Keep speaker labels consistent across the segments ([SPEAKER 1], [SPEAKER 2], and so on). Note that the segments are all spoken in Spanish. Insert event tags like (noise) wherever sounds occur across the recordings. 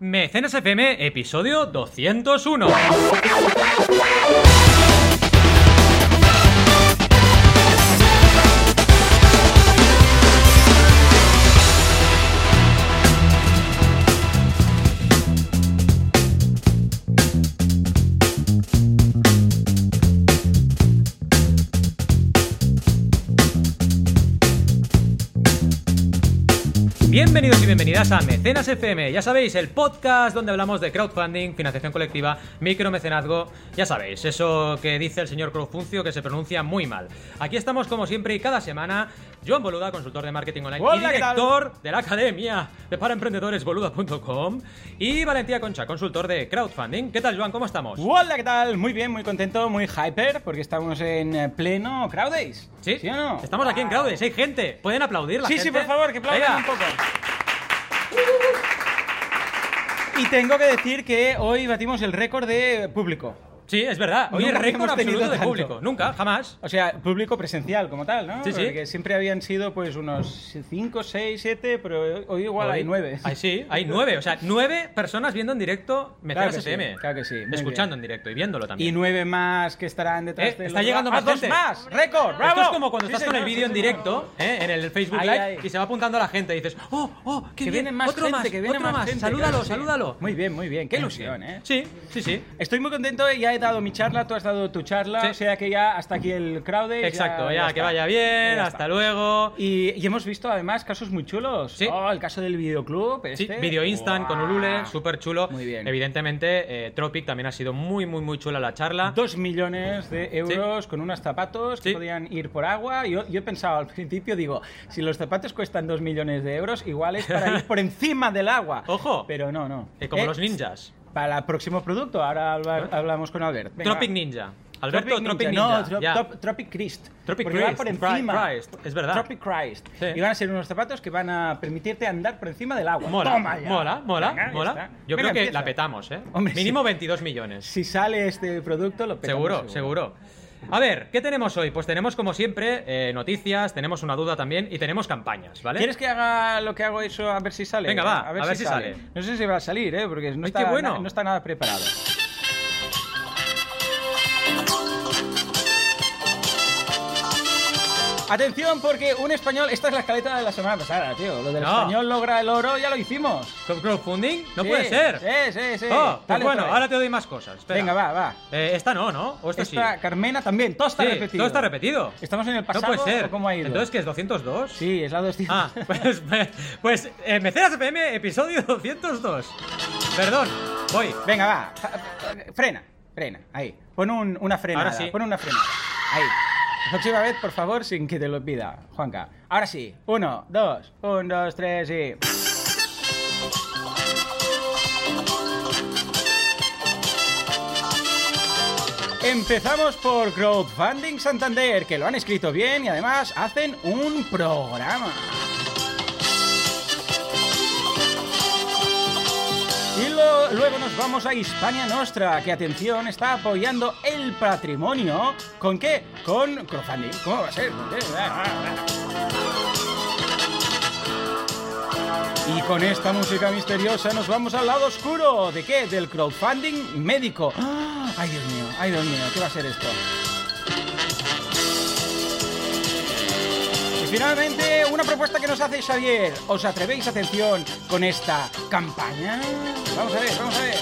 [SPEAKER 1] Mecenas FM, episodio 201. Bienvenidos y bienvenidas a Mecenas FM, ya sabéis, el podcast donde hablamos de crowdfunding, financiación colectiva, micromecenazgo, ya sabéis, eso que dice el señor Crowfuncio que se pronuncia muy mal. Aquí estamos como siempre y cada semana, Joan Boluda, consultor de marketing online
[SPEAKER 2] Hola,
[SPEAKER 1] y
[SPEAKER 2] ¿qué tal?
[SPEAKER 1] director de la Academia de para emprendedores boluda.com y Valentía Concha, consultor de crowdfunding. ¿Qué tal, Joan? ¿Cómo estamos?
[SPEAKER 2] Hola, ¿qué tal? Muy bien, muy contento, muy hyper, porque estamos en eh, pleno Crowd Days.
[SPEAKER 1] ¿Sí?
[SPEAKER 2] o no?
[SPEAKER 1] Estamos aquí en
[SPEAKER 2] Wow.
[SPEAKER 1] Crowdes, hay gente. ¿Pueden aplaudir la
[SPEAKER 2] Sí,
[SPEAKER 1] gente?
[SPEAKER 2] sí, por favor, que aplaudan
[SPEAKER 1] Venga.
[SPEAKER 2] un poco. Y tengo que decir que hoy batimos el récord de público.
[SPEAKER 1] Sí, es verdad. Hoy
[SPEAKER 2] Nunca
[SPEAKER 1] es récord
[SPEAKER 2] habíamos tenido
[SPEAKER 1] absoluto de
[SPEAKER 2] tanto.
[SPEAKER 1] público. Nunca, jamás.
[SPEAKER 2] O sea, público presencial como tal, ¿no?
[SPEAKER 1] Sí, sí.
[SPEAKER 2] Porque siempre habían sido pues unos 5, 6, 7, pero hoy igual hay 9.
[SPEAKER 1] Ay, sí, hay nueve. O sea, nueve personas viendo en directo Mecenas
[SPEAKER 2] Claro que sí,
[SPEAKER 1] FM.
[SPEAKER 2] claro que sí, muy
[SPEAKER 1] Escuchando
[SPEAKER 2] bien.
[SPEAKER 1] en directo y viéndolo
[SPEAKER 2] Y
[SPEAKER 1] también.
[SPEAKER 2] nueve más que estarán detrás
[SPEAKER 1] Eh,
[SPEAKER 2] de...
[SPEAKER 1] está llegando
[SPEAKER 2] ¡Ah,
[SPEAKER 1] más
[SPEAKER 2] dos
[SPEAKER 1] gente.
[SPEAKER 2] más! ¡Récord! ¡Bravo!
[SPEAKER 1] Esto es como cuando
[SPEAKER 2] Sí,
[SPEAKER 1] estás con el
[SPEAKER 2] señor,
[SPEAKER 1] vídeo
[SPEAKER 2] sí,
[SPEAKER 1] en
[SPEAKER 2] señor.
[SPEAKER 1] directo, eh, en el Facebook
[SPEAKER 2] Ahí,
[SPEAKER 1] Live,
[SPEAKER 2] ahí.
[SPEAKER 1] y se va apuntando la gente. Y dices, oh, oh, qué
[SPEAKER 2] Que
[SPEAKER 1] bien,
[SPEAKER 2] viene más
[SPEAKER 1] otro
[SPEAKER 2] gente,
[SPEAKER 1] más,
[SPEAKER 2] que viene
[SPEAKER 1] otro
[SPEAKER 2] más
[SPEAKER 1] más.
[SPEAKER 2] gente,
[SPEAKER 1] salúdalo,
[SPEAKER 2] claro que sí.
[SPEAKER 1] salúdalo.
[SPEAKER 2] Muy bien, muy bien. Qué ilusión, ¿eh?
[SPEAKER 1] Sí, sí, sí.
[SPEAKER 2] Estoy muy contento, eh, ya he dado mi charla, tú has dado tu charla,
[SPEAKER 1] Sí.
[SPEAKER 2] o sea que ya hasta aquí el crowd. Days,
[SPEAKER 1] Exacto, ya, que
[SPEAKER 2] está.
[SPEAKER 1] vaya bien,
[SPEAKER 2] Ya
[SPEAKER 1] hasta
[SPEAKER 2] está.
[SPEAKER 1] luego.
[SPEAKER 2] Y, y hemos visto además casos muy chulos.
[SPEAKER 1] Sí.
[SPEAKER 2] Oh, el caso del videoclub. Este.
[SPEAKER 1] Sí, video instant con Ulule,
[SPEAKER 2] Buah.
[SPEAKER 1] súper chulo.
[SPEAKER 2] Muy bien.
[SPEAKER 1] Evidentemente, eh, Tropic también ha sido muy, muy, muy chula la charla.
[SPEAKER 2] Dos millones de euros con unos zapatos que
[SPEAKER 1] Sí.
[SPEAKER 2] podían ir por agua. Yo, yo he pensado al (laughs) principio, digo, si los zapatos cuestan dos millones de euros, igual es (laughs) para ir por encima del agua.
[SPEAKER 1] Ojo.
[SPEAKER 2] Pero no, no.
[SPEAKER 1] Eh, como
[SPEAKER 2] Eh,
[SPEAKER 1] los ninjas.
[SPEAKER 2] Para el próximo producto, ahora habla- hablamos con Albert. Venga,
[SPEAKER 1] Tropic
[SPEAKER 2] va.
[SPEAKER 1] Ninja. Alberto,
[SPEAKER 2] Tropic
[SPEAKER 1] Tropic
[SPEAKER 2] Ninja,
[SPEAKER 1] Ninja.
[SPEAKER 2] No, Tro-
[SPEAKER 1] ya.
[SPEAKER 2] Trop- Tropic Christ.
[SPEAKER 1] Tropic
[SPEAKER 2] Porque
[SPEAKER 1] Christ,
[SPEAKER 2] va por
[SPEAKER 1] Tri-
[SPEAKER 2] encima.
[SPEAKER 1] Christ, es verdad.
[SPEAKER 2] Tropic Christ.
[SPEAKER 1] Sí.
[SPEAKER 2] Y van a ser unos zapatos que van a permitirte andar por encima del agua.
[SPEAKER 1] Mola,
[SPEAKER 2] Toma ya.
[SPEAKER 1] mola, mola,
[SPEAKER 2] Venga, ya
[SPEAKER 1] mola.
[SPEAKER 2] está.
[SPEAKER 1] Yo creo
[SPEAKER 2] Venga,
[SPEAKER 1] que
[SPEAKER 2] empieza.
[SPEAKER 1] la petamos, ¿eh?
[SPEAKER 2] Hombre,
[SPEAKER 1] Mínimo
[SPEAKER 2] sí.
[SPEAKER 1] 22 millones.
[SPEAKER 2] Si sale este producto, lo petamos.
[SPEAKER 1] Seguro, seguro. A ver, ¿qué tenemos hoy? Pues tenemos, como siempre, eh, noticias, tenemos una duda también y tenemos campañas, ¿vale?
[SPEAKER 2] ¿Quieres que haga lo que hago eso a ver si sale?
[SPEAKER 1] Venga, va, a ver si sale.
[SPEAKER 2] No sé si va a salir, ¿eh? Porque no,
[SPEAKER 1] Ay, qué
[SPEAKER 2] está,
[SPEAKER 1] bueno.
[SPEAKER 2] na- no está nada preparado. Atención, porque un español. Esta es la escaleta de la semana pasada, tío. Lo del
[SPEAKER 1] No.
[SPEAKER 2] español logra el oro, ya lo hicimos.
[SPEAKER 1] ¿Con ¿Crowdfunding? No
[SPEAKER 2] Sí,
[SPEAKER 1] puede ser.
[SPEAKER 2] Sí, sí, sí.
[SPEAKER 1] Oh, pues
[SPEAKER 2] Dale
[SPEAKER 1] bueno,
[SPEAKER 2] otra vez.
[SPEAKER 1] ahora te doy más cosas. espera.
[SPEAKER 2] Venga, va, va.
[SPEAKER 1] Eh, esta no, ¿no? O esta,
[SPEAKER 2] Esta,
[SPEAKER 1] sí.
[SPEAKER 2] Carmena también, todo está
[SPEAKER 1] Sí,
[SPEAKER 2] repetido.
[SPEAKER 1] Todo está repetido.
[SPEAKER 2] ¿Estamos en el pasado
[SPEAKER 1] no puede ser.
[SPEAKER 2] o cómo ha ido?
[SPEAKER 1] Entonces, ¿qué es? ¿202?
[SPEAKER 2] Sí, es la 200.
[SPEAKER 1] Ah, (laughs) pues, pues eh, Mecenas FM, episodio 202. Perdón, voy.
[SPEAKER 2] Venga, va. fa- fa- Frena, frena. Ahí. Pon un- una frenada.
[SPEAKER 1] Ahora sí.
[SPEAKER 2] Pon una frenada. Ahí. La próxima vez, por favor, sin que te lo pida, Juanca. Ahora sí. Uno, dos, un, dos, tres y. Empezamos por Crowdfunding Santander, que lo han escrito bien y además hacen un programa. Y lo- luego nos vamos a Hispania Nostra, que atención, está apoyando el patrimonio. ¿Con qué? Con crowdfunding. ¿Cómo va a ser? ¿Con qué? Ah, Y con esta música misteriosa nos vamos al lado oscuro. ¿De qué? Del crowdfunding médico. ¡Ah! Ay, Dios mío, ay, Dios mío, ¿qué va a ser esto? Y finalmente, una propuesta que nos hace Xavier. ¿Os atrevéis, atención, con esta campaña? Vamos a ver, vamos a ver.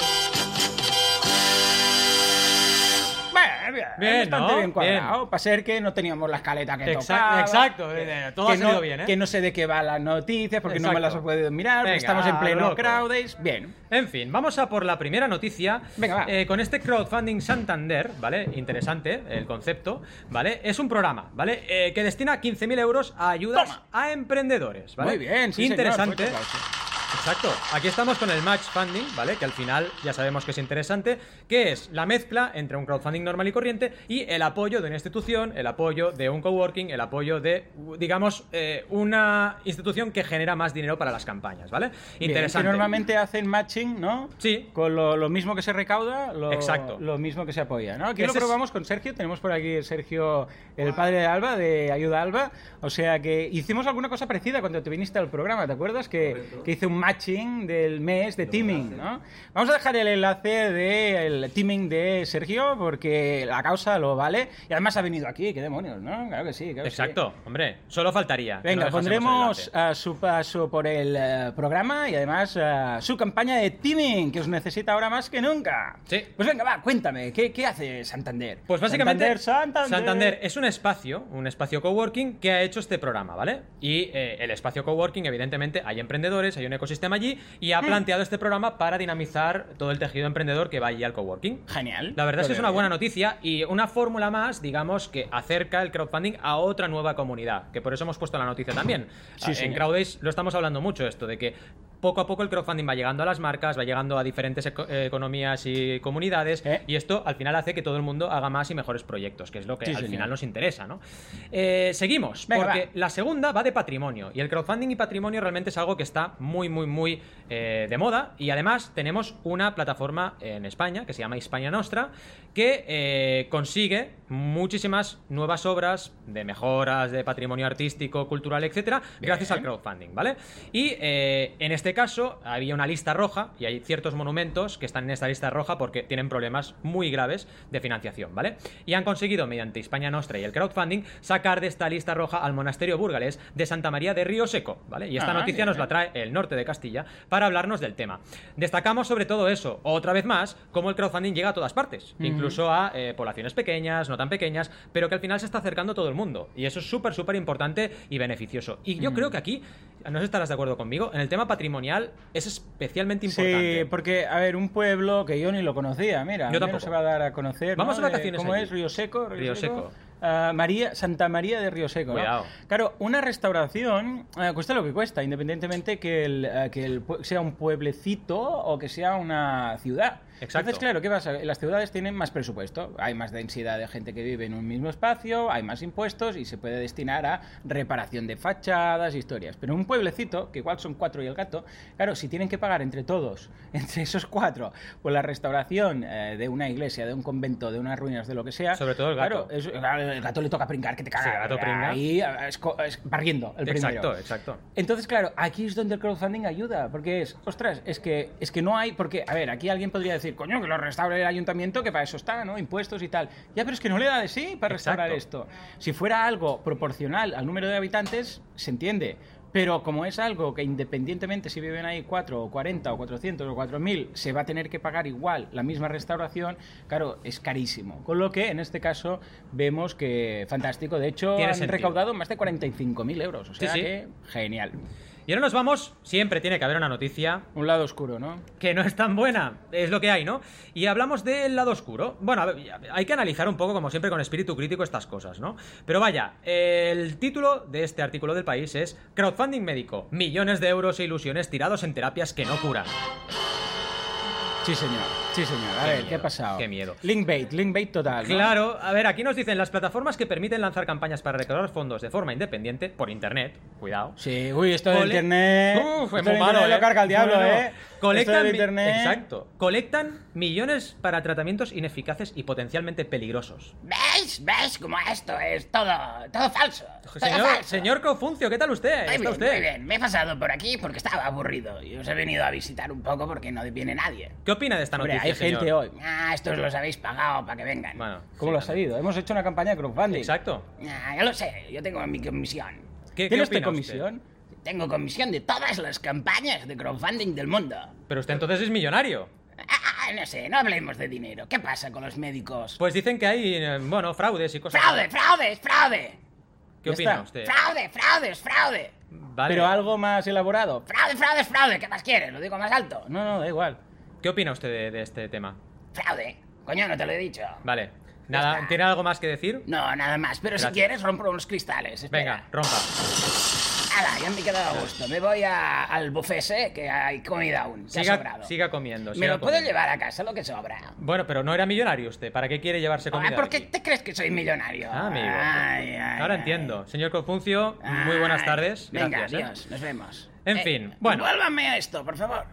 [SPEAKER 2] Bueno, bien,
[SPEAKER 1] Bien,
[SPEAKER 2] bastante
[SPEAKER 1] ¿no?
[SPEAKER 2] bien cuadrado.
[SPEAKER 1] Bien.
[SPEAKER 2] Para ser que no teníamos la escaleta que
[SPEAKER 1] Exa-
[SPEAKER 2] tocaba.
[SPEAKER 1] exacto,
[SPEAKER 2] Que-
[SPEAKER 1] eh, todo
[SPEAKER 2] que
[SPEAKER 1] ha salido
[SPEAKER 2] no-
[SPEAKER 1] bien, ¿eh?
[SPEAKER 2] Que no sé de qué van las noticias, porque no me
[SPEAKER 1] Exacto.
[SPEAKER 2] las he podido mirar, porque
[SPEAKER 1] Venga,
[SPEAKER 2] estamos en
[SPEAKER 1] a
[SPEAKER 2] pleno
[SPEAKER 1] lo loco.
[SPEAKER 2] crowd days. Bien.
[SPEAKER 1] En fin, vamos a por la primera noticia.
[SPEAKER 2] Venga, va.
[SPEAKER 1] Eh, con este crowdfunding Santander, ¿vale? Interesante el concepto, ¿vale? Es un programa, ¿vale? Eh, que destina 15.000 euros a ayudas
[SPEAKER 2] Toma.
[SPEAKER 1] a emprendedores, ¿vale?
[SPEAKER 2] Muy bien, sí, señor.
[SPEAKER 1] Interesante.
[SPEAKER 2] Muchas gracias.
[SPEAKER 1] Exacto. Aquí estamos con el match funding, ¿vale? Que al final ya sabemos que es interesante, que es la mezcla entre un crowdfunding normal y corriente y el apoyo de una institución, el apoyo de un coworking, el apoyo de, digamos, eh, una institución que genera más dinero para las campañas, ¿vale?
[SPEAKER 2] Bien,
[SPEAKER 1] interesante.
[SPEAKER 2] que normalmente hacen matching, ¿no?
[SPEAKER 1] Sí.
[SPEAKER 2] Con lo, lo mismo que se recauda, lo,
[SPEAKER 1] Exacto.
[SPEAKER 2] lo mismo que se apoya, ¿no? Aquí lo
[SPEAKER 1] Ese es-
[SPEAKER 2] probamos con Sergio. Tenemos por aquí Sergio, el padre de Alba, de Ayuda Alba. O sea que hicimos alguna cosa parecida cuando te viniste al programa, ¿te acuerdas? Que, que hice un matching del mes de teaming, ¿no? Vamos a dejar el enlace del teaming de Sergio porque la causa lo vale. Y además ha venido aquí, qué demonios, ¿no? Claro que sí, claro que sí.
[SPEAKER 1] Exacto, hombre, solo faltaría. que no
[SPEAKER 2] Venga,
[SPEAKER 1] dejásemos
[SPEAKER 2] pondremos
[SPEAKER 1] el enlace.
[SPEAKER 2] a su paso por el eh, programa y además eh, su campaña de teaming, que os necesita ahora más que nunca.
[SPEAKER 1] Sí.
[SPEAKER 2] Pues venga, va, cuéntame, ¿qué, qué hace Santander?
[SPEAKER 1] Pues básicamente
[SPEAKER 2] Santander, Santander.
[SPEAKER 1] Santander es un espacio, un espacio coworking que ha hecho este programa, ¿vale? Y eh, el espacio coworking, evidentemente, hay emprendedores, hay un ecosistema allí y
[SPEAKER 2] Eh.
[SPEAKER 1] ha planteado este programa para dinamizar todo el tejido emprendedor que va allí al coworking.
[SPEAKER 2] Genial.
[SPEAKER 1] La verdad es que es
[SPEAKER 2] Lo
[SPEAKER 1] una
[SPEAKER 2] veo
[SPEAKER 1] buena
[SPEAKER 2] bien.
[SPEAKER 1] noticia y una fórmula más, digamos, que acerca el crowdfunding a otra nueva comunidad, que por eso hemos puesto la noticia también.
[SPEAKER 2] Sí,
[SPEAKER 1] Ah, en
[SPEAKER 2] señor.
[SPEAKER 1] CrowdAce lo estamos hablando mucho esto, de que poco a poco el crowdfunding va llegando a las marcas, va llegando a diferentes eco- eh, economías y comunidades,
[SPEAKER 2] ¿Eh?
[SPEAKER 1] y esto al final hace que todo el mundo haga más y mejores proyectos, que es lo que
[SPEAKER 2] Sí,
[SPEAKER 1] al
[SPEAKER 2] señor.
[SPEAKER 1] final nos interesa, ¿no? Eh, seguimos,
[SPEAKER 2] Venga,
[SPEAKER 1] porque
[SPEAKER 2] va.
[SPEAKER 1] la segunda va de patrimonio, y el crowdfunding y patrimonio realmente es algo que está muy, muy, muy eh, de moda, y además tenemos una plataforma en España que se llama Hispania Nostra, que eh, consigue muchísimas nuevas obras de mejoras de patrimonio artístico, cultural, etcétera, gracias al crowdfunding, ¿vale? Y eh, en este caso había una lista roja, y hay ciertos monumentos que están en esta lista roja porque tienen problemas muy graves de financiación, ¿vale? Y han conseguido, mediante Hispania Nostra y el crowdfunding, sacar de esta lista roja al monasterio burgalés de Santa María de Río Seco, ¿vale? Y esta
[SPEAKER 2] Ah,
[SPEAKER 1] noticia
[SPEAKER 2] bien,
[SPEAKER 1] nos la trae el norte de Castilla para hablarnos del tema. Destacamos sobre todo eso, otra vez más, cómo el crowdfunding llega a todas partes, incluso a eh, poblaciones pequeñas, no tan pequeñas, pero que al final se está acercando todo el mundo. Y eso es súper, súper importante y beneficioso. Y yo creo que aquí, no sé si estarás de acuerdo conmigo, en el tema patrimonial es especialmente importante.
[SPEAKER 2] Sí, porque, a ver, un pueblo que yo ni lo conocía, mira,
[SPEAKER 1] Yo
[SPEAKER 2] al menos
[SPEAKER 1] tampoco.
[SPEAKER 2] se va a dar a conocer.
[SPEAKER 1] Vamos
[SPEAKER 2] ¿no?
[SPEAKER 1] a
[SPEAKER 2] De
[SPEAKER 1] vacaciones
[SPEAKER 2] ¿Cómo
[SPEAKER 1] allí.
[SPEAKER 2] es? Río Seco.
[SPEAKER 1] Río Seco.
[SPEAKER 2] Ah, María, Santa María de Río Seco. ¿no?
[SPEAKER 1] Cuidado.
[SPEAKER 2] Claro, una restauración eh, cuesta lo que cuesta, independientemente que, el, eh, que el pue- sea un pueblecito o que sea una ciudad.
[SPEAKER 1] Exacto.
[SPEAKER 2] Entonces, claro, ¿qué pasa? Las ciudades tienen más presupuesto, hay más densidad de gente que vive en un mismo espacio, hay más impuestos y se puede destinar a reparación de fachadas, historias. Pero un pueblecito, que igual son cuatro y el gato, claro, si tienen que pagar entre todos, (laughs) entre esos cuatro, pues la restauración eh, de una iglesia, de un convento, de unas ruinas, de lo que sea.
[SPEAKER 1] Sobre todo el gato.
[SPEAKER 2] Claro, es- claro, el gato le toca pringar, que te caga.
[SPEAKER 1] Sí, el gato pringa.
[SPEAKER 2] Ahí eh, es, co- es barriendo el primero.
[SPEAKER 1] exacto, exacto.
[SPEAKER 2] Entonces, claro, aquí es donde el crowdfunding ayuda, porque es, ostras, es que, es que no hay, porque, a ver, aquí alguien podría decir, coño, que lo restaure el ayuntamiento, que para eso está, ¿no? Impuestos y tal. Ya, pero es que no le da de sí para restaurar
[SPEAKER 1] Exacto.
[SPEAKER 2] esto. Si fuera algo proporcional al número de habitantes, se entiende. Pero como es algo que independientemente si viven ahí 4 o 40 o 400 o 4.000, se va a tener que pagar igual la misma restauración, claro, es carísimo. Con lo que en este caso vemos que fantástico. De hecho,
[SPEAKER 1] Tiene
[SPEAKER 2] han
[SPEAKER 1] sentido.
[SPEAKER 2] recaudado más de 45.000 euros. O
[SPEAKER 1] Sí,
[SPEAKER 2] sea
[SPEAKER 1] sí.
[SPEAKER 2] que genial.
[SPEAKER 1] Y ahora nos vamos, siempre tiene que haber una noticia
[SPEAKER 2] Un lado oscuro, ¿no?
[SPEAKER 1] que no es tan buena, es lo que hay, ¿no? Y hablamos del lado oscuro. Bueno, a ver, ya- hay que analizar un poco, como siempre, con espíritu crítico estas cosas, ¿no? Pero vaya, el título de este artículo del país es Crowdfunding médico, millones de euros e ilusiones tirados en terapias que no curan.
[SPEAKER 2] Sí, señor. Sí, señor. A
[SPEAKER 1] Qué
[SPEAKER 2] ver,
[SPEAKER 1] miedo,
[SPEAKER 2] ¿qué ha pasado?
[SPEAKER 1] qué miedo.
[SPEAKER 2] Link bait, link bait total. ¿no?
[SPEAKER 1] Claro, a ver, aquí nos dicen las plataformas que permiten lanzar campañas para recaudar fondos de forma independiente por internet, cuidado.
[SPEAKER 2] Sí, uy, esto de
[SPEAKER 1] Cole-
[SPEAKER 2] internet.
[SPEAKER 1] Uf,
[SPEAKER 2] esto
[SPEAKER 1] es
[SPEAKER 2] de
[SPEAKER 1] muy malo,
[SPEAKER 2] internet
[SPEAKER 1] ¿eh?
[SPEAKER 2] lo carga el diablo,
[SPEAKER 1] No, no, no.
[SPEAKER 2] ¿eh?
[SPEAKER 1] Colectan
[SPEAKER 2] esto de
[SPEAKER 1] mi-
[SPEAKER 2] internet.
[SPEAKER 1] Exacto. Colectan millones para tratamientos ineficaces y potencialmente peligrosos.
[SPEAKER 3] ¿Veis? ¿Veis cómo esto es todo, todo falso? Todo
[SPEAKER 1] Pues, Señor,
[SPEAKER 3] falso.
[SPEAKER 1] señor Confuncio, ¿qué tal usted?
[SPEAKER 3] Muy
[SPEAKER 1] ¿Está
[SPEAKER 3] bien,
[SPEAKER 1] usted?
[SPEAKER 3] muy bien. Me he pasado por aquí porque estaba aburrido y os he venido a visitar un poco porque no viene nadie.
[SPEAKER 1] ¿Qué opina de esta
[SPEAKER 2] Hombre,
[SPEAKER 1] noticia,
[SPEAKER 2] hay
[SPEAKER 1] señor?
[SPEAKER 2] gente hoy.
[SPEAKER 3] Ah, estos los habéis pagado para que vengan.
[SPEAKER 1] Bueno,
[SPEAKER 2] ¿Cómo
[SPEAKER 1] sí,
[SPEAKER 2] lo has sabido? Hemos hecho una campaña de crowdfunding.
[SPEAKER 1] Exacto.
[SPEAKER 3] Ah, ya lo sé, yo tengo mi comisión.
[SPEAKER 1] ¿Qué, qué
[SPEAKER 2] ¿Tiene usted
[SPEAKER 1] opina
[SPEAKER 2] comisión?
[SPEAKER 3] Tengo comisión de todas las campañas de crowdfunding del mundo.
[SPEAKER 1] Pero usted entonces es millonario.
[SPEAKER 3] Ah, no sé, no hablemos de dinero. ¿Qué pasa con los médicos?
[SPEAKER 1] Pues dicen que hay, eh, bueno, fraudes y cosas.
[SPEAKER 3] ¡Fraude, fraude, es fraude!
[SPEAKER 1] ¿Qué
[SPEAKER 2] Ya
[SPEAKER 1] opina
[SPEAKER 2] está.
[SPEAKER 1] usted?
[SPEAKER 3] ¡Fraude, fraude, es fraude!
[SPEAKER 1] Vale.
[SPEAKER 2] Pero algo más elaborado.
[SPEAKER 3] ¡Fraude, fraude, es fraude! ¿Qué más quieres? Lo digo más alto.
[SPEAKER 2] No, no, da igual.
[SPEAKER 1] ¿Qué opina usted de, de este tema?
[SPEAKER 3] ¡Fraude! Coño, no te lo he dicho.
[SPEAKER 1] Vale. Nada,
[SPEAKER 3] está.
[SPEAKER 1] ¿tiene algo más que decir?
[SPEAKER 3] No, nada más. Pero
[SPEAKER 1] Gracias.
[SPEAKER 3] si quieres, rompo unos cristales.
[SPEAKER 1] Venga, rompa.
[SPEAKER 3] Hala, ya me he quedado a gusto. Me voy a- al bufese, que hay comida aún. Se ha
[SPEAKER 1] Siga,
[SPEAKER 3] sobrado.
[SPEAKER 1] siga comiendo.
[SPEAKER 3] me
[SPEAKER 1] siga
[SPEAKER 3] lo puedo
[SPEAKER 1] comiendo.
[SPEAKER 3] llevar a casa lo que sobra.
[SPEAKER 1] Bueno, pero no era millonario usted. ¿Para qué quiere llevarse comida?
[SPEAKER 3] Ah, ¿Por qué
[SPEAKER 1] de aquí?
[SPEAKER 3] te crees que soy millonario?
[SPEAKER 1] Ah, amigo.
[SPEAKER 3] Ay, ay,
[SPEAKER 1] Ahora
[SPEAKER 3] ay.
[SPEAKER 1] entiendo. Señor Confuncio, muy buenas
[SPEAKER 3] Ay.
[SPEAKER 1] tardes.
[SPEAKER 3] Venga,
[SPEAKER 1] Gracias, ¿eh?
[SPEAKER 3] adiós. Nos vemos.
[SPEAKER 1] En fin, bueno.
[SPEAKER 3] Vuélvame a esto, por favor.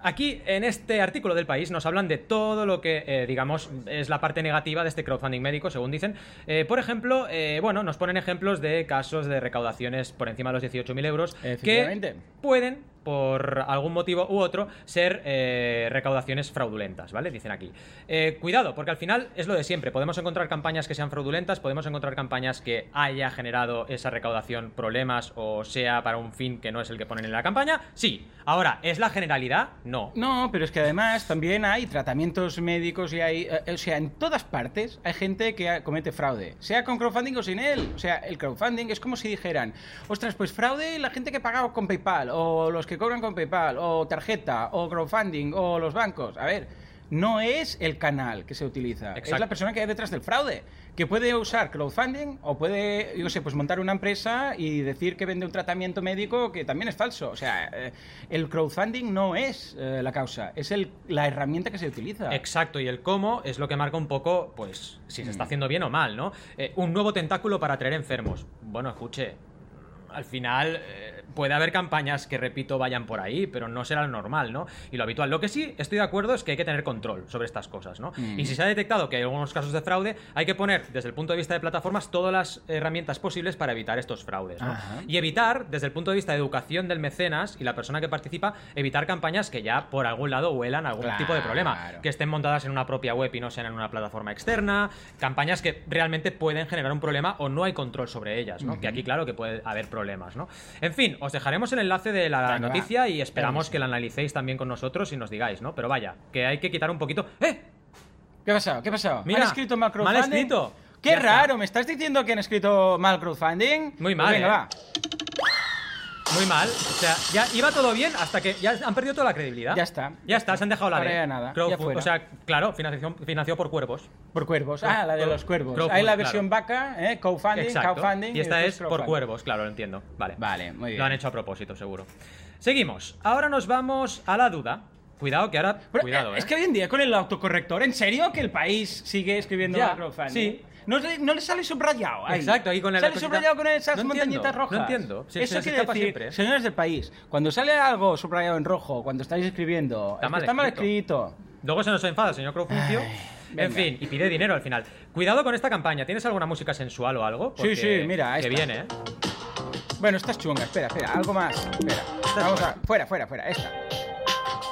[SPEAKER 1] Aquí, en este artículo del país, nos hablan de todo lo que, eh, digamos, es la parte negativa de este crowdfunding médico, según dicen. Eh, por ejemplo, eh, bueno, nos ponen ejemplos de casos de recaudaciones por encima de los 18.000 euros que
[SPEAKER 2] Efectivamente.
[SPEAKER 1] pueden por algún motivo u otro, ser eh, recaudaciones fraudulentas, ¿vale? Dicen aquí. Eh, cuidado, porque al final es lo de siempre. Podemos encontrar campañas que sean fraudulentas, podemos encontrar campañas que haya generado esa recaudación problemas o sea para un fin que no es el que ponen en la campaña. Sí. Ahora, ¿es la generalidad? No.
[SPEAKER 2] No, pero es que además también hay tratamientos médicos y hay. eh, o sea, en todas partes hay gente que ha- comete fraude, sea con crowdfunding o sin él. O sea, el crowdfunding es como si dijeran, ostras, pues fraude la gente que paga con PayPal, o los que cobran con PayPal, o tarjeta, o crowdfunding, o los bancos. A ver. No es el canal que se utiliza, es
[SPEAKER 1] Exacto.
[SPEAKER 2] la persona que hay detrás del fraude, que puede usar crowdfunding o puede, yo qué sé, pues montar una empresa y decir que vende un tratamiento médico que también es falso. O sea, eh, el crowdfunding no es eh, la causa, es el, la herramienta que se utiliza.
[SPEAKER 1] Exacto, y el cómo es lo que marca un poco, pues, si se
[SPEAKER 2] Mm.
[SPEAKER 1] está haciendo bien o mal, ¿no? Eh, un nuevo tentáculo para atraer enfermos. Bueno, escuche, al final eh, puede haber campañas que, repito, vayan por ahí, pero no será lo normal, ¿no? Y lo habitual. Lo que sí estoy de acuerdo es que hay que tener control sobre estas cosas, ¿no?
[SPEAKER 2] Mm.
[SPEAKER 1] Y si se ha detectado que hay algunos casos de fraude, hay que poner, desde el punto de vista de plataformas, todas las herramientas posibles para evitar estos fraudes, ¿no?
[SPEAKER 2] Ajá.
[SPEAKER 1] Y evitar, desde el punto de vista de educación del mecenas y la persona que participa, evitar campañas que ya por algún lado huelan a algún tipo de problema.
[SPEAKER 2] Claro.
[SPEAKER 1] Que estén montadas en una propia web y no sean en una plataforma externa. Campañas que realmente pueden generar un problema o no hay control sobre ellas, ¿no? Que aquí, claro, que puede haber problemas, ¿no? En fin, os dejaremos el enlace de la
[SPEAKER 2] Venga,
[SPEAKER 1] noticia
[SPEAKER 2] va.
[SPEAKER 1] y esperamos que la analicéis también con nosotros y nos digáis, ¿no? Pero vaya, que hay que quitar un poquito. ¡Eh!
[SPEAKER 2] ¿Qué ha pasado? ¿Qué ha pasado?
[SPEAKER 1] Mira,
[SPEAKER 2] ¿Han escrito mal
[SPEAKER 1] mal
[SPEAKER 2] crowdfunding?
[SPEAKER 1] escrito.
[SPEAKER 2] ¡Qué
[SPEAKER 1] Ya está.
[SPEAKER 2] raro! ¿Me estás diciendo que han escrito mal crowdfunding?
[SPEAKER 1] Muy
[SPEAKER 2] Pues
[SPEAKER 1] mal,
[SPEAKER 2] venga,
[SPEAKER 1] ¿eh?
[SPEAKER 2] va.
[SPEAKER 1] Muy mal. O sea, ya iba todo bien hasta que ya han perdido toda la credibilidad.
[SPEAKER 2] Ya está.
[SPEAKER 1] Ya está, se han dejado la
[SPEAKER 2] Ahora
[SPEAKER 1] de.
[SPEAKER 2] ya nada,
[SPEAKER 1] Crowdfund-
[SPEAKER 2] ya fuera.
[SPEAKER 1] o sea, claro, financiación, financiado por cuervos.
[SPEAKER 2] Por cuervos. Ah, la de
[SPEAKER 1] Crowd-
[SPEAKER 2] los cuervos.
[SPEAKER 1] crowdfund,
[SPEAKER 2] Hay la versión
[SPEAKER 1] claro.
[SPEAKER 2] vaca, ¿eh? Crowdfunding,
[SPEAKER 1] Exacto.
[SPEAKER 2] crowdfunding.
[SPEAKER 1] Y esta
[SPEAKER 2] después
[SPEAKER 1] es por
[SPEAKER 2] crowdfunding.
[SPEAKER 1] cuervos, claro, lo entiendo. Vale.
[SPEAKER 2] Vale, muy bien.
[SPEAKER 1] Lo han hecho a propósito, seguro. Seguimos. Ahora nos vamos a la duda. Cuidado, que ahora.
[SPEAKER 2] Pero,
[SPEAKER 1] cuidado,
[SPEAKER 2] eh,
[SPEAKER 1] eh.
[SPEAKER 2] Es que hoy en día con el autocorrector, ¿en serio que el país sigue escribiendo
[SPEAKER 1] Ya,
[SPEAKER 2] mal crowdfunding?
[SPEAKER 1] sí.
[SPEAKER 2] No, le- no le sale subrayado. ahí.
[SPEAKER 1] Exacto, ahí con la
[SPEAKER 2] Sale
[SPEAKER 1] cosita-
[SPEAKER 2] subrayado con esas
[SPEAKER 1] No entiendo,
[SPEAKER 2] montañitas rojas.
[SPEAKER 1] no entiendo. Sí, se
[SPEAKER 2] Eso
[SPEAKER 1] les
[SPEAKER 2] quiere
[SPEAKER 1] escapa
[SPEAKER 2] decir,
[SPEAKER 1] siempre, ¿eh?
[SPEAKER 2] señores del país, cuando sale algo subrayado en rojo, cuando estáis escribiendo,
[SPEAKER 1] Está
[SPEAKER 2] es que
[SPEAKER 1] mal
[SPEAKER 2] está mal
[SPEAKER 1] escrito.
[SPEAKER 2] escrito.
[SPEAKER 1] Luego se nos enfada, señor Crowfuncio.
[SPEAKER 2] venga.
[SPEAKER 1] En fin, y pide dinero al final. Cuidado con esta campaña. ¿Tienes alguna música sensual o algo?
[SPEAKER 2] Sí, sí, mira, ahí
[SPEAKER 1] Que
[SPEAKER 2] está.
[SPEAKER 1] viene, eh.
[SPEAKER 2] Bueno, esta es chunga, espera, espera, algo más. Espera.
[SPEAKER 1] es
[SPEAKER 2] Vamos a. Fuera, fuera, fuera, esta.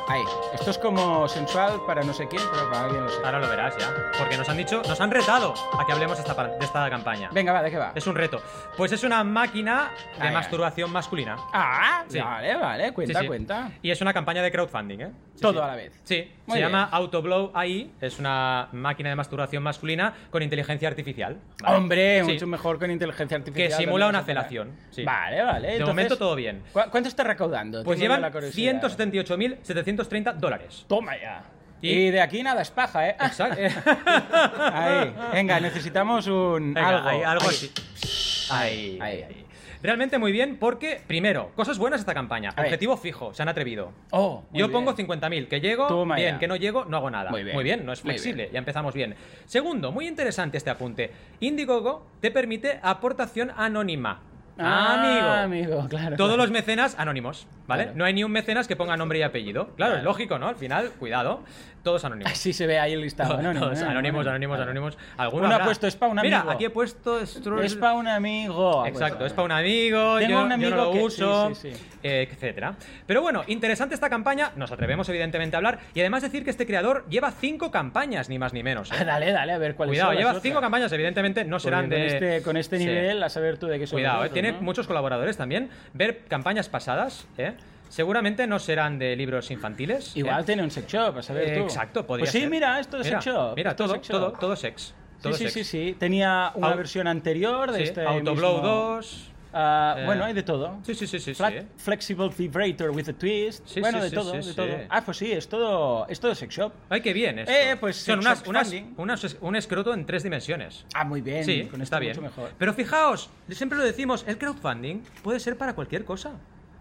[SPEAKER 2] Ahí. Esto es como sensual para no sé quién, pero para alguien lo sé.
[SPEAKER 1] Ahora lo verás ya. Porque nos han dicho, nos han retado a que hablemos esta par- de esta campaña.
[SPEAKER 2] Venga, va, ¿de qué va?
[SPEAKER 1] Es un reto. Pues es una máquina de
[SPEAKER 2] Ah, ya.
[SPEAKER 1] masturbación masculina.
[SPEAKER 2] Ah,
[SPEAKER 1] Sí.
[SPEAKER 2] vale, vale, cuenta,
[SPEAKER 1] Sí, sí.
[SPEAKER 2] cuenta.
[SPEAKER 1] Y es una campaña de crowdfunding, ¿eh? Sí,
[SPEAKER 2] Todo
[SPEAKER 1] sí.
[SPEAKER 2] a la vez.
[SPEAKER 1] Sí,
[SPEAKER 2] Muy
[SPEAKER 1] se
[SPEAKER 2] bien.
[SPEAKER 1] llama Autoblow AI, es una máquina de masturbación masculina con inteligencia artificial. ¿vale?
[SPEAKER 2] Hombre,
[SPEAKER 1] Sí,
[SPEAKER 2] mucho mejor con inteligencia artificial.
[SPEAKER 1] Que simula
[SPEAKER 2] también
[SPEAKER 1] una
[SPEAKER 2] se puede.
[SPEAKER 1] felación. sí.
[SPEAKER 2] Vale, vale.
[SPEAKER 1] De
[SPEAKER 2] entonces,
[SPEAKER 1] momento todo bien.
[SPEAKER 2] ¿cu- ¿Cuánto está recaudando?
[SPEAKER 1] Pues
[SPEAKER 2] Tengo
[SPEAKER 1] llevan
[SPEAKER 2] la curiosidad.
[SPEAKER 1] 178.730
[SPEAKER 2] (laughs)
[SPEAKER 1] dólares.
[SPEAKER 2] Toma ya.
[SPEAKER 1] Y-
[SPEAKER 2] Y... de aquí nada es paja, ¿eh?
[SPEAKER 1] Exacto.
[SPEAKER 2] (laughs) Ahí. Venga, necesitamos un.
[SPEAKER 1] Venga,
[SPEAKER 2] algo.
[SPEAKER 1] hay algo
[SPEAKER 2] Ahí.
[SPEAKER 1] así. Ahí,
[SPEAKER 2] Ahí.
[SPEAKER 1] ahí. Realmente muy bien porque, primero, cosas buenas esta campaña.
[SPEAKER 2] A ver.
[SPEAKER 1] Objetivo fijo, se han atrevido.
[SPEAKER 2] Oh, muy
[SPEAKER 1] Yo
[SPEAKER 2] bien.
[SPEAKER 1] pongo 50.000, que llego,
[SPEAKER 2] Toma
[SPEAKER 1] bien,
[SPEAKER 2] ya.
[SPEAKER 1] que no llego, no hago nada.
[SPEAKER 2] Muy bien.
[SPEAKER 1] no es
[SPEAKER 2] Muy
[SPEAKER 1] flexible, ya empezamos bien. Segundo, muy interesante este apunte. Indiegogo te permite aportación anónima.
[SPEAKER 2] Ah,
[SPEAKER 1] amigo.
[SPEAKER 2] amigo, claro.
[SPEAKER 1] Todos los mecenas anónimos, ¿vale?
[SPEAKER 2] Claro.
[SPEAKER 1] No hay ni un mecenas que ponga nombre y apellido. Claro, es lógico, ¿no? Al final, cuidado, todos anónimos.
[SPEAKER 2] (laughs) Así se ve ahí el listado. Anónimo,
[SPEAKER 1] Todos
[SPEAKER 2] ¿eh?
[SPEAKER 1] anónimos, anónimos,
[SPEAKER 2] Vale.
[SPEAKER 1] anónimos. Alguno
[SPEAKER 2] Uno ha
[SPEAKER 1] habrá.
[SPEAKER 2] puesto, "Es pa' un
[SPEAKER 1] Mira,
[SPEAKER 2] amigo".
[SPEAKER 1] aquí he puesto... Stroll-
[SPEAKER 2] Es para un amigo.
[SPEAKER 1] Exacto, es para un amigo,
[SPEAKER 2] Pues, eh, Tengo
[SPEAKER 1] yo,
[SPEAKER 2] un
[SPEAKER 1] yo
[SPEAKER 2] amigo
[SPEAKER 1] no lo
[SPEAKER 2] que- sí,
[SPEAKER 1] uso,
[SPEAKER 2] sí, sí.
[SPEAKER 1] eh, etcétera. Pero bueno, interesante esta campaña, nos atrevemos evidentemente a hablar y además decir que este creador lleva cinco campañas, ni más ni menos. ¿eh?
[SPEAKER 2] (laughs) Ah, Dale, dale, a ver cuáles
[SPEAKER 1] Cuidado,
[SPEAKER 2] son. las
[SPEAKER 1] lleva
[SPEAKER 2] otras.
[SPEAKER 1] cinco campañas, evidentemente no
[SPEAKER 2] Porque
[SPEAKER 1] serán de...
[SPEAKER 2] Con este, con este
[SPEAKER 1] Sí.
[SPEAKER 2] nivel, a saber tú de qué son.
[SPEAKER 1] Cuidado,
[SPEAKER 2] los
[SPEAKER 1] eh,
[SPEAKER 2] otros,
[SPEAKER 1] tiene
[SPEAKER 2] ¿no?
[SPEAKER 1] muchos colaboradores también. Ver campañas pasadas, ¿eh? seguramente no serán de libros infantiles. ¿eh?
[SPEAKER 2] Igual tiene un sex shop, a saber
[SPEAKER 1] Eh,
[SPEAKER 2] tú.
[SPEAKER 1] Exacto, podría
[SPEAKER 2] Pues sí,
[SPEAKER 1] ser.
[SPEAKER 2] mira, esto es
[SPEAKER 1] Mira,
[SPEAKER 2] sex shop.
[SPEAKER 1] Mira,
[SPEAKER 2] esto es
[SPEAKER 1] todo,
[SPEAKER 2] sex shop.
[SPEAKER 1] todo, todo sex. Todo
[SPEAKER 2] sí,
[SPEAKER 1] sex.
[SPEAKER 2] sí, sí, sí. Tenía una
[SPEAKER 1] Au-
[SPEAKER 2] versión anterior de
[SPEAKER 1] Sí,
[SPEAKER 2] este
[SPEAKER 1] Autoblow
[SPEAKER 2] mismo-
[SPEAKER 1] 2.
[SPEAKER 2] Ah,
[SPEAKER 1] eh,
[SPEAKER 2] Bueno, hay de todo.
[SPEAKER 1] Sí, sí, sí, sí. eh. sí.
[SPEAKER 2] Fla- Flexible vibrator with a twist.
[SPEAKER 1] Sí,
[SPEAKER 2] bueno,
[SPEAKER 1] sí,
[SPEAKER 2] de
[SPEAKER 1] sí,
[SPEAKER 2] todo,
[SPEAKER 1] sí,
[SPEAKER 2] de
[SPEAKER 1] sí.
[SPEAKER 2] todo. Ah, pues sí, es todo, es todo sex shop.
[SPEAKER 1] Ay, qué bien esto.
[SPEAKER 2] Eh, pues,
[SPEAKER 1] Son
[SPEAKER 2] sex
[SPEAKER 1] unas,
[SPEAKER 2] shop
[SPEAKER 1] unas,
[SPEAKER 2] funding.
[SPEAKER 1] unas- un escroto en tres dimensiones.
[SPEAKER 2] Ah, muy bien.
[SPEAKER 1] sí,
[SPEAKER 2] con esto
[SPEAKER 1] está bien.
[SPEAKER 2] mucho mejor.
[SPEAKER 1] Pero fijaos, siempre lo decimos, el crowdfunding puede ser para cualquier cosa.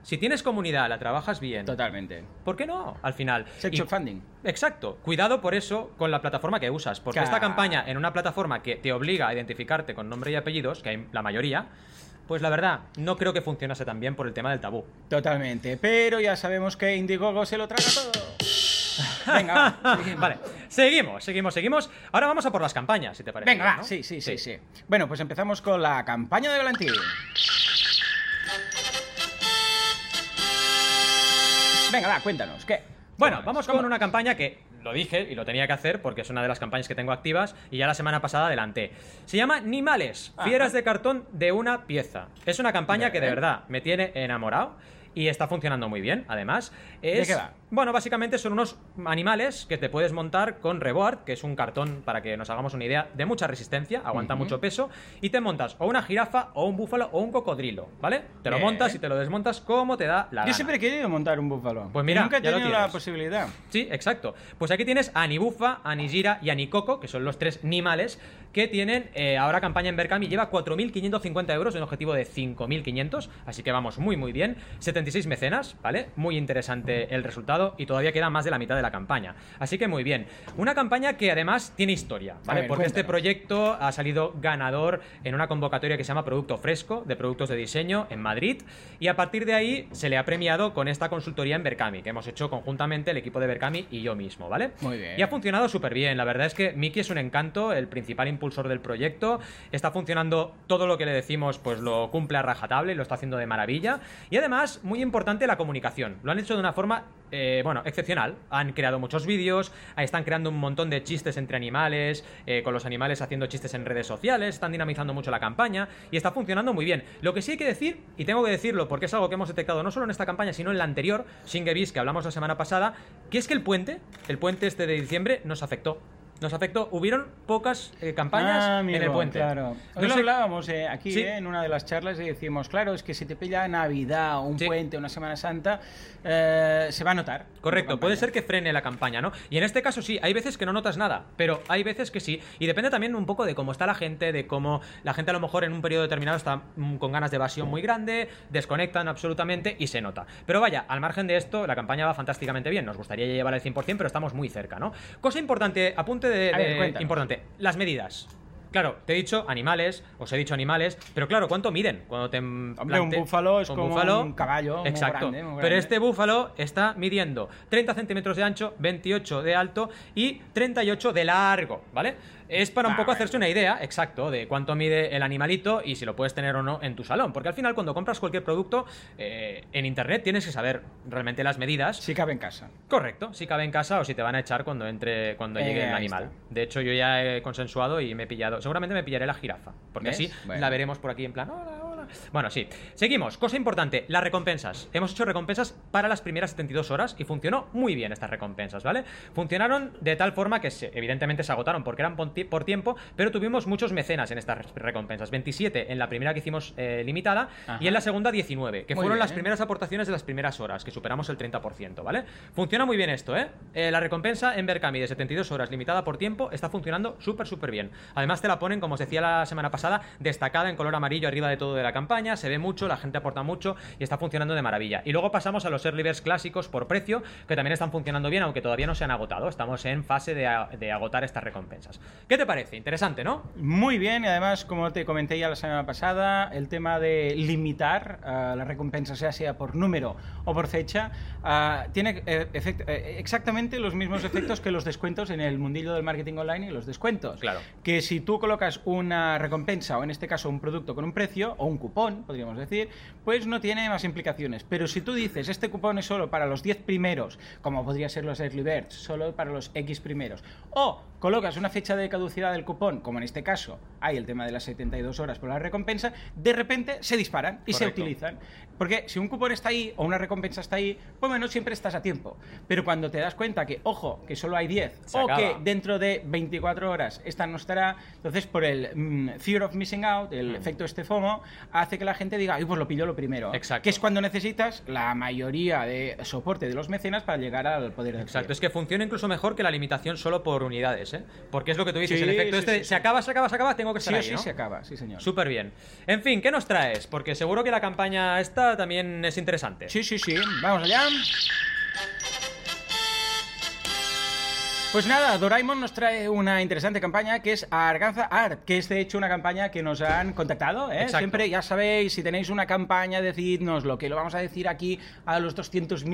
[SPEAKER 1] Si tienes comunidad, la trabajas bien.
[SPEAKER 2] Totalmente.
[SPEAKER 1] ¿Por qué no? Al final.
[SPEAKER 2] Sex
[SPEAKER 1] Y-
[SPEAKER 2] shop funding.
[SPEAKER 1] Exacto. Cuidado por eso con la plataforma que usas. Porque esta
[SPEAKER 2] Claro.
[SPEAKER 1] campaña en una plataforma que te obliga a identificarte con nombre y apellidos, que hay la mayoría, pues la verdad, no creo que funcionase tan bien por el tema del tabú.
[SPEAKER 2] Totalmente. Pero ya sabemos que Indiegogo se lo traga
[SPEAKER 1] (laughs)
[SPEAKER 2] todo. Venga, va, seguimos.
[SPEAKER 1] vale. Seguimos, seguimos, seguimos. Ahora vamos a por las campañas, si te parece.
[SPEAKER 2] Venga, va.
[SPEAKER 1] ¿no?
[SPEAKER 2] Sí, sí, sí, sí, Bueno, pues empezamos con la campaña de Valentín. Venga, va, cuéntanos. ¿Qué? Pues,
[SPEAKER 1] Bueno, vamos con una campaña que lo dije y lo tenía que hacer porque es una de las campañas que tengo activas y ya la semana pasada adelanté. Se llama Nimales, fieras de cartón de una pieza. Es una campaña que de verdad me tiene enamorado y está funcionando muy bien, además. Es,
[SPEAKER 2] qué va?
[SPEAKER 1] Bueno, básicamente son unos animales que te puedes montar con reboard, que es un cartón, para que nos hagamos una idea, de mucha resistencia, aguanta mucho peso, y te montas o una jirafa, o un búfalo, o un cocodrilo, ¿vale? Te lo
[SPEAKER 2] Bien.
[SPEAKER 1] montas y te lo desmontas como te da la
[SPEAKER 2] Yo
[SPEAKER 1] gana.
[SPEAKER 2] siempre he querido montar un búfalo.
[SPEAKER 1] Pues mira,
[SPEAKER 2] Nunca he
[SPEAKER 1] ya lo
[SPEAKER 2] tenido la
[SPEAKER 1] tienes.
[SPEAKER 2] posibilidad.
[SPEAKER 1] Sí, exacto. Pues aquí tienes a Anibufa, a Anijira y a Nicoco, que son los tres nimales que tienen eh, ahora campaña en Berkami. Lleva 4.550 euros, un objetivo de 5.500, así que vamos muy, muy bien. 76 mecenas, ¿vale? Muy interesante el resultado y todavía queda más de la mitad de la campaña. Así que muy bien. Una campaña que además tiene historia, ¿vale?
[SPEAKER 2] ver,
[SPEAKER 1] Porque este
[SPEAKER 2] cuéntanos.
[SPEAKER 1] proyecto ha salido ganador en una convocatoria que se llama Producto Fresco de Productos de Diseño en Madrid y a partir de ahí se le ha premiado con esta consultoría en Berkami que hemos hecho conjuntamente el equipo de Berkami y yo mismo, ¿vale?
[SPEAKER 2] Muy bien.
[SPEAKER 1] Y ha funcionado súper bien, la verdad es que Miki es un encanto, el principal impulsor del proyecto, está funcionando todo lo que le decimos pues lo cumple a rajatable, y lo está haciendo de maravilla y además, muy importante la comunicación, lo han hecho de una forma, eh, bueno, excepcional, han creado muchos vídeos, ahí están creando un montón de chistes entre animales, eh, con los animales haciendo chistes en redes sociales, están dinamizando mucho la campaña y está funcionando muy bien. Lo que sí hay que decir, y tengo que decirlo porque es algo que hemos detectado no solo en esta campaña, sino en la anterior, Singevis, que hablamos la semana pasada, que es que el puente, el puente este de diciembre, nos afectó. Nos afectó, hubieron pocas eh, campañas
[SPEAKER 2] Ah,
[SPEAKER 1] en el
[SPEAKER 2] amigo,
[SPEAKER 1] puente.
[SPEAKER 2] Claro.
[SPEAKER 1] No
[SPEAKER 2] Hoy lo
[SPEAKER 1] sé-
[SPEAKER 2] hablábamos eh, aquí
[SPEAKER 1] Sí.
[SPEAKER 2] eh, en una de las charlas y decimos, claro, es que si te pilla Navidad, un
[SPEAKER 1] Sí.
[SPEAKER 2] puente, una Semana Santa, eh, se va a notar.
[SPEAKER 1] Correcto,
[SPEAKER 2] Tu
[SPEAKER 1] puede
[SPEAKER 2] campaña.
[SPEAKER 1] ser que frene la campaña, ¿no? Y en este caso sí, hay veces que no notas nada, pero hay veces que sí. Y depende también un poco de cómo está la gente, de cómo la gente a lo mejor en un periodo determinado está mm, con ganas de evasión muy grande, desconectan absolutamente y se nota. Pero vaya, al margen de esto, la campaña va fantásticamente bien. Nos gustaría llevar el 100%, pero estamos muy cerca, ¿no? Cosa importante, apunte de,
[SPEAKER 2] A ver,
[SPEAKER 1] de-
[SPEAKER 2] cuéntanos.
[SPEAKER 1] importante, las medidas. Claro, te he dicho animales, os he dicho animales, pero claro, ¿cuánto miden? Cuando te Hombre,
[SPEAKER 2] un búfalo es como un caballo muy
[SPEAKER 1] Exacto.
[SPEAKER 2] grande, muy
[SPEAKER 1] Pero
[SPEAKER 2] grande.
[SPEAKER 1] este búfalo está midiendo 30 centímetros de ancho, 28 de alto y 38 de largo, ¿vale? Es para un
[SPEAKER 2] Ah,
[SPEAKER 1] poco
[SPEAKER 2] bueno.
[SPEAKER 1] hacerse una idea, exacto, de cuánto mide el animalito y si lo puedes tener o no en tu salón. Porque al final, cuando compras cualquier producto eh, en internet, tienes que saber realmente las medidas.
[SPEAKER 2] Si cabe en casa.
[SPEAKER 1] Correcto, si cabe en casa o si te van a echar cuando entre cuando
[SPEAKER 2] Eh,
[SPEAKER 1] llegue el
[SPEAKER 2] ahí
[SPEAKER 1] animal.
[SPEAKER 2] está.
[SPEAKER 1] De hecho, yo ya he consensuado y me he pillado. Seguramente me pillaré la jirafa, porque
[SPEAKER 2] ¿Ves?
[SPEAKER 1] así
[SPEAKER 2] Bueno.
[SPEAKER 1] la veremos por aquí en plan. "Hola, hola". Bueno, sí. Seguimos. Cosa importante, las recompensas. Hemos hecho recompensas para las primeras 72 horas y funcionó muy bien estas recompensas, ¿vale? Funcionaron de tal forma que se- evidentemente se agotaron porque eran por ti- por tiempo, pero tuvimos muchos mecenas en estas res- recompensas. 27 en la primera que hicimos eh, limitada y
[SPEAKER 2] Ajá.
[SPEAKER 1] en la segunda 19, que
[SPEAKER 2] Muy
[SPEAKER 1] fueron
[SPEAKER 2] bien.
[SPEAKER 1] las primeras primeras aportaciones de las primeras horas, que superamos el 30%, ¿vale? Funciona muy bien esto, ¿eh? Eh, la recompensa en Berkami de 72 horas, limitada por tiempo, está funcionando súper, súper bien. Además te la ponen, como os decía la semana pasada, destacada en color amarillo arriba de todo de la campaña, se ve mucho, la gente aporta mucho y está funcionando de maravilla. Y luego pasamos a los early birds clásicos por precio, que también están funcionando bien, aunque todavía no se han agotado. Estamos en fase de, a- de agotar estas recompensas. ¿Qué te parece? Interesante, ¿no?
[SPEAKER 2] Muy bien, y además, como te comenté ya la semana pasada, el tema de limitar eh, la recompensa, sea sea por número o por fecha, ah, tiene eh, efect- eh, exactamente los mismos efectos que los descuentos en el mundillo del marketing online y los descuentos.
[SPEAKER 1] Claro.
[SPEAKER 2] Que si tú colocas una recompensa, o en este caso un producto con un precio, o un cupón, podríamos decir, pues no tiene más implicaciones. Pero si tú dices, este cupón es solo para los 10 primeros, como podría ser los Early Birds, solo para los X primeros, o colocas una fecha de caducidad del cupón, como en este caso hay el tema de las 72 horas por la recompensa, de repente se disparan y se
[SPEAKER 1] Correcto.
[SPEAKER 2] utilizan. Porque si un cupón está ahí o una recompensa está ahí, pues bueno, siempre estás a tiempo. Pero cuando te das cuenta que, ojo, que solo hay 10,
[SPEAKER 1] Se
[SPEAKER 2] o
[SPEAKER 1] acaba.
[SPEAKER 2] que dentro de 24 horas esta no estará. Entonces, por el mm, fear of missing out,
[SPEAKER 1] Mm.
[SPEAKER 2] el efecto este FOMO, hace que la gente diga, ay, pues lo pillo lo primero.
[SPEAKER 1] Exacto.
[SPEAKER 2] Que es cuando necesitas la mayoría de soporte de los mecenas para llegar al poder de
[SPEAKER 1] Exacto, es que funciona incluso mejor que la limitación solo por unidades, ¿eh? Porque es lo que tú dices,
[SPEAKER 2] Sí,
[SPEAKER 1] el efecto
[SPEAKER 2] sí,
[SPEAKER 1] este de,
[SPEAKER 2] sí, sí.
[SPEAKER 1] se acaba, se acaba, se acaba, tengo que
[SPEAKER 2] Sí
[SPEAKER 1] estar
[SPEAKER 2] o
[SPEAKER 1] ahí,
[SPEAKER 2] sí
[SPEAKER 1] ¿no?
[SPEAKER 2] se acaba, sí señor.
[SPEAKER 1] Súper bien. En fin, ¿qué nos traes? Porque seguro que la campaña esta también es interesante.
[SPEAKER 2] Sí, sí, sí. Vamos allá. Pues nada, Doraemon nos trae una interesante campaña que es Arganza Art, que es de hecho una campaña que nos han contactado. ¿eh?
[SPEAKER 1] Exacto.
[SPEAKER 2] Siempre, ya sabéis, si tenéis una campaña, decidnoslo, que lo vamos a decir aquí a los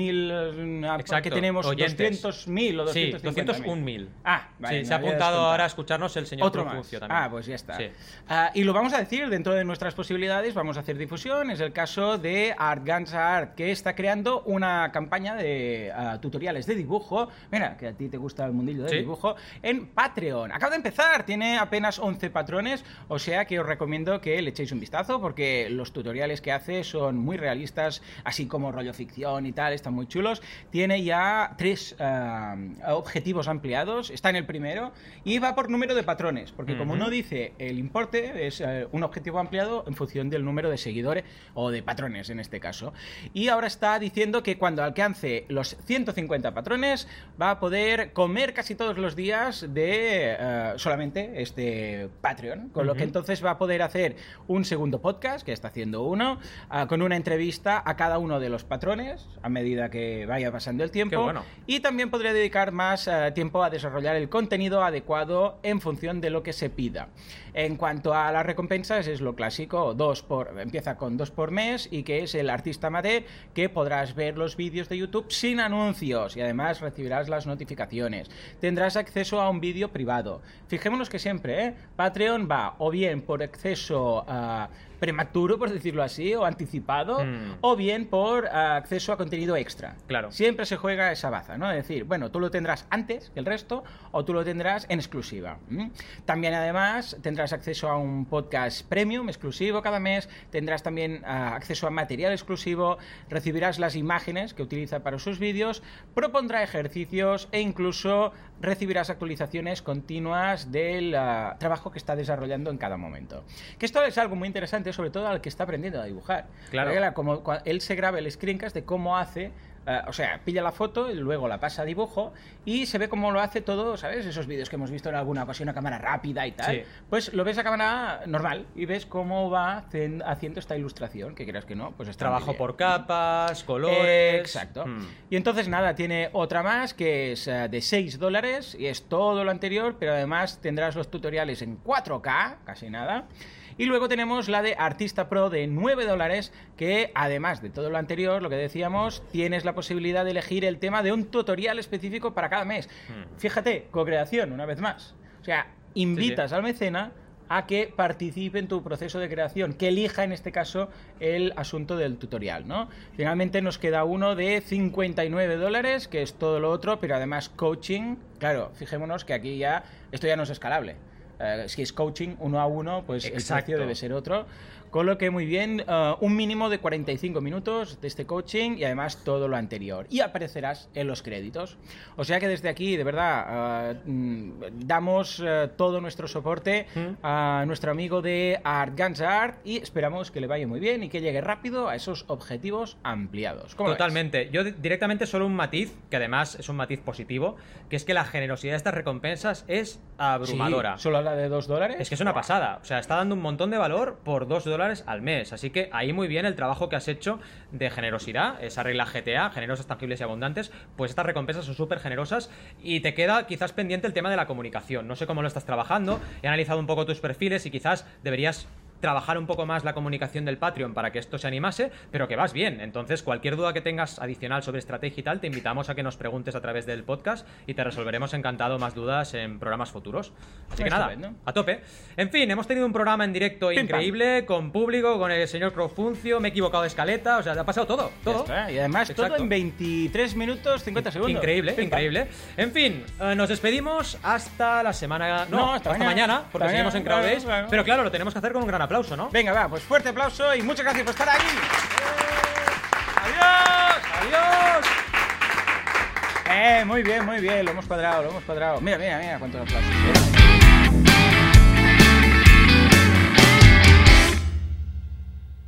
[SPEAKER 2] 200.000 eh, que
[SPEAKER 1] Exacto,
[SPEAKER 2] tenemos.
[SPEAKER 1] oyentes.
[SPEAKER 2] 200.000 o
[SPEAKER 1] Sí,
[SPEAKER 2] 250.000.
[SPEAKER 1] 201.000.
[SPEAKER 2] Ah, vale.
[SPEAKER 1] Sí,
[SPEAKER 2] me
[SPEAKER 1] se ha apuntado
[SPEAKER 2] había descontado.
[SPEAKER 1] ahora a escucharnos el señor
[SPEAKER 2] Otro más.
[SPEAKER 1] Trunfuncio también.
[SPEAKER 2] Ah, pues ya está.
[SPEAKER 1] Sí.
[SPEAKER 2] Ah, y lo vamos a decir dentro de nuestras posibilidades, vamos a hacer difusión. Es el caso de Arganza Art, que está creando una campaña de ah, tutoriales de dibujo. Mira, que a ti te gusta el mundillo del
[SPEAKER 1] Sí.
[SPEAKER 2] dibujo. En Patreon. Acaba de empezar, tiene apenas 11 patrones, o sea que os recomiendo que le echéis un vistazo porque los tutoriales que hace son muy realistas, así como rollo ficción y tal, están muy chulos. Tiene ya tres ah, objetivos ampliados, está en el primero y va por número de patrones, porque como
[SPEAKER 1] Ujú.
[SPEAKER 2] no dice el importe, es eh, un objetivo ampliado en función del número de seguidores o de patrones en este caso. Y ahora está diciendo que cuando alcance los 150 patrones va a poder comer casi todos los días de eh, solamente este Patreon, con lo que
[SPEAKER 1] Ujú.
[SPEAKER 2] entonces va a poder hacer un segundo podcast, que está haciendo uno, ah, con una entrevista a cada uno de los patrones a medida que vaya pasando el tiempo.
[SPEAKER 1] Qué bueno.
[SPEAKER 2] Y también podría dedicar más eh, tiempo a desarrollar el contenido adecuado en función de lo que se pida. En cuanto a las recompensas, es lo clásico, dos por, empieza con dos por mes y que es el artista amateur que podrás ver los vídeos de YouTube sin anuncios y además recibirás las notificaciones. Tendrás acceso a un vídeo privado. Fijémonos que siempre, ¿eh? Patreon va o bien por acceso ah, prematuro, por decirlo así, o anticipado,
[SPEAKER 1] Mm.
[SPEAKER 2] o bien por ah, acceso a contenido extra.
[SPEAKER 1] Claro.
[SPEAKER 2] Siempre se juega esa baza, ¿no? Es decir, bueno, tú lo tendrás antes que el resto o tú lo tendrás en exclusiva. ¿m? También, además, tendrás acceso a un podcast premium exclusivo cada mes, tendrás también ah, acceso a material exclusivo, recibirás las imágenes que utiliza para sus vídeos, propondrá ejercicios e incluso recibirás actualizaciones continuas del ah, trabajo que está desarrollando en cada momento. Que esto es algo muy interesante, sobre todo al que está aprendiendo a dibujar.
[SPEAKER 1] Claro.
[SPEAKER 2] Porque la- como cua- él se graba el screencast de cómo hace, eh, o sea, pilla la foto y luego la pasa a dibujo y se ve cómo lo hace todo, ¿sabes? Esos vídeos que hemos visto en alguna ocasión a cámara rápida y tal.
[SPEAKER 1] Sí.
[SPEAKER 2] Pues lo ves a cámara normal y ves cómo va hacen- haciendo esta ilustración, que creas que no, pues está muy
[SPEAKER 1] Trabajo
[SPEAKER 2] bien.
[SPEAKER 1] por capas, colores.
[SPEAKER 2] Exacto.
[SPEAKER 1] Mm.
[SPEAKER 2] Y entonces nada, tiene otra más que es eh, de 6 dólares y es todo lo anterior, pero además tendrás los tutoriales en 4K, casi nada. Y luego tenemos la de Artista Pro de 9 dólares, que además de todo lo anterior, lo que decíamos, tienes la posibilidad de elegir el tema de un tutorial específico para cada mes.
[SPEAKER 1] Mm.
[SPEAKER 2] Fíjate, co-creación, una vez más. O sea, invitas al mecena a que participe en tu proceso de creación, que elija en este caso el asunto del tutorial, ¿no? Finalmente nos queda uno de 59 dólares, que es todo lo otro, pero además coaching, claro, fijémonos que aquí ya, esto ya no es escalable. Eh, si es coaching uno a uno, pues el
[SPEAKER 1] Exacto.
[SPEAKER 2] precio debe ser otro. Con lo que muy bien, eh, un mínimo de 45 minutos de este coaching y además todo lo anterior. Y aparecerás en los créditos. O sea que desde aquí, de verdad, eh, mm, damos eh, todo nuestro soporte
[SPEAKER 1] Mm.
[SPEAKER 2] a nuestro amigo de Art Guns Art y esperamos que le vaya muy bien y que llegue rápido a esos objetivos ampliados. ¿Cómo lo ves?
[SPEAKER 1] Totalmente. Yo di- directamente solo un matiz, que además es un matiz positivo, que es que la generosidad de estas recompensas es
[SPEAKER 2] Sí,
[SPEAKER 1] abrumadora.
[SPEAKER 2] solo habla de 2 dólares.
[SPEAKER 1] Es que es una pasada. O sea, está dando un montón de valor por 2 dólares al mes. Así que ahí muy bien el trabajo que has hecho de generosidad. Esa regla GTA, generosas, tangibles y abundantes. Pues estas recompensas son súper generosas. Y te queda quizás pendiente el tema de la comunicación. No sé cómo lo estás trabajando. He analizado un poco tus perfiles y quizás deberías trabajar un poco más la comunicación del Patreon para que esto se animase, pero que vas bien. Entonces, cualquier duda que tengas adicional sobre estrategia y tal, te invitamos a que nos preguntes a través del podcast y te resolveremos encantado más dudas en programas futuros. Así que nada,
[SPEAKER 2] Estupendo.
[SPEAKER 1] a tope. En fin, hemos tenido un programa en directo
[SPEAKER 2] Pim, pam.
[SPEAKER 1] increíble, con público, con el señor Crofuncio, me he equivocado de escaleta, o sea, ha pasado todo,
[SPEAKER 2] Ya
[SPEAKER 1] todo.
[SPEAKER 2] está, ¿eh? Y además todo
[SPEAKER 1] Exacto.
[SPEAKER 2] en 23 minutos 50 segundos.
[SPEAKER 1] Increíble,
[SPEAKER 2] Pim, pam.
[SPEAKER 1] increíble. En fin, eh, nos despedimos hasta la semana. No,
[SPEAKER 2] No, hasta
[SPEAKER 1] hasta,
[SPEAKER 2] mañana.
[SPEAKER 1] mañana, porque
[SPEAKER 2] Hasta
[SPEAKER 1] seguimos
[SPEAKER 2] mañana,
[SPEAKER 1] en Crowd
[SPEAKER 2] claro,
[SPEAKER 1] Days.
[SPEAKER 2] claro.
[SPEAKER 1] Pero claro, lo tenemos que hacer con un gran aplauso, ¿no?
[SPEAKER 2] Venga, va, pues fuerte aplauso y muchas gracias por estar aquí.
[SPEAKER 1] ¡Adiós! ¡Adiós!
[SPEAKER 2] Eh, muy bien, muy bien, lo hemos cuadrado, lo hemos cuadrado. Mira, mira, mira cuántos aplausos.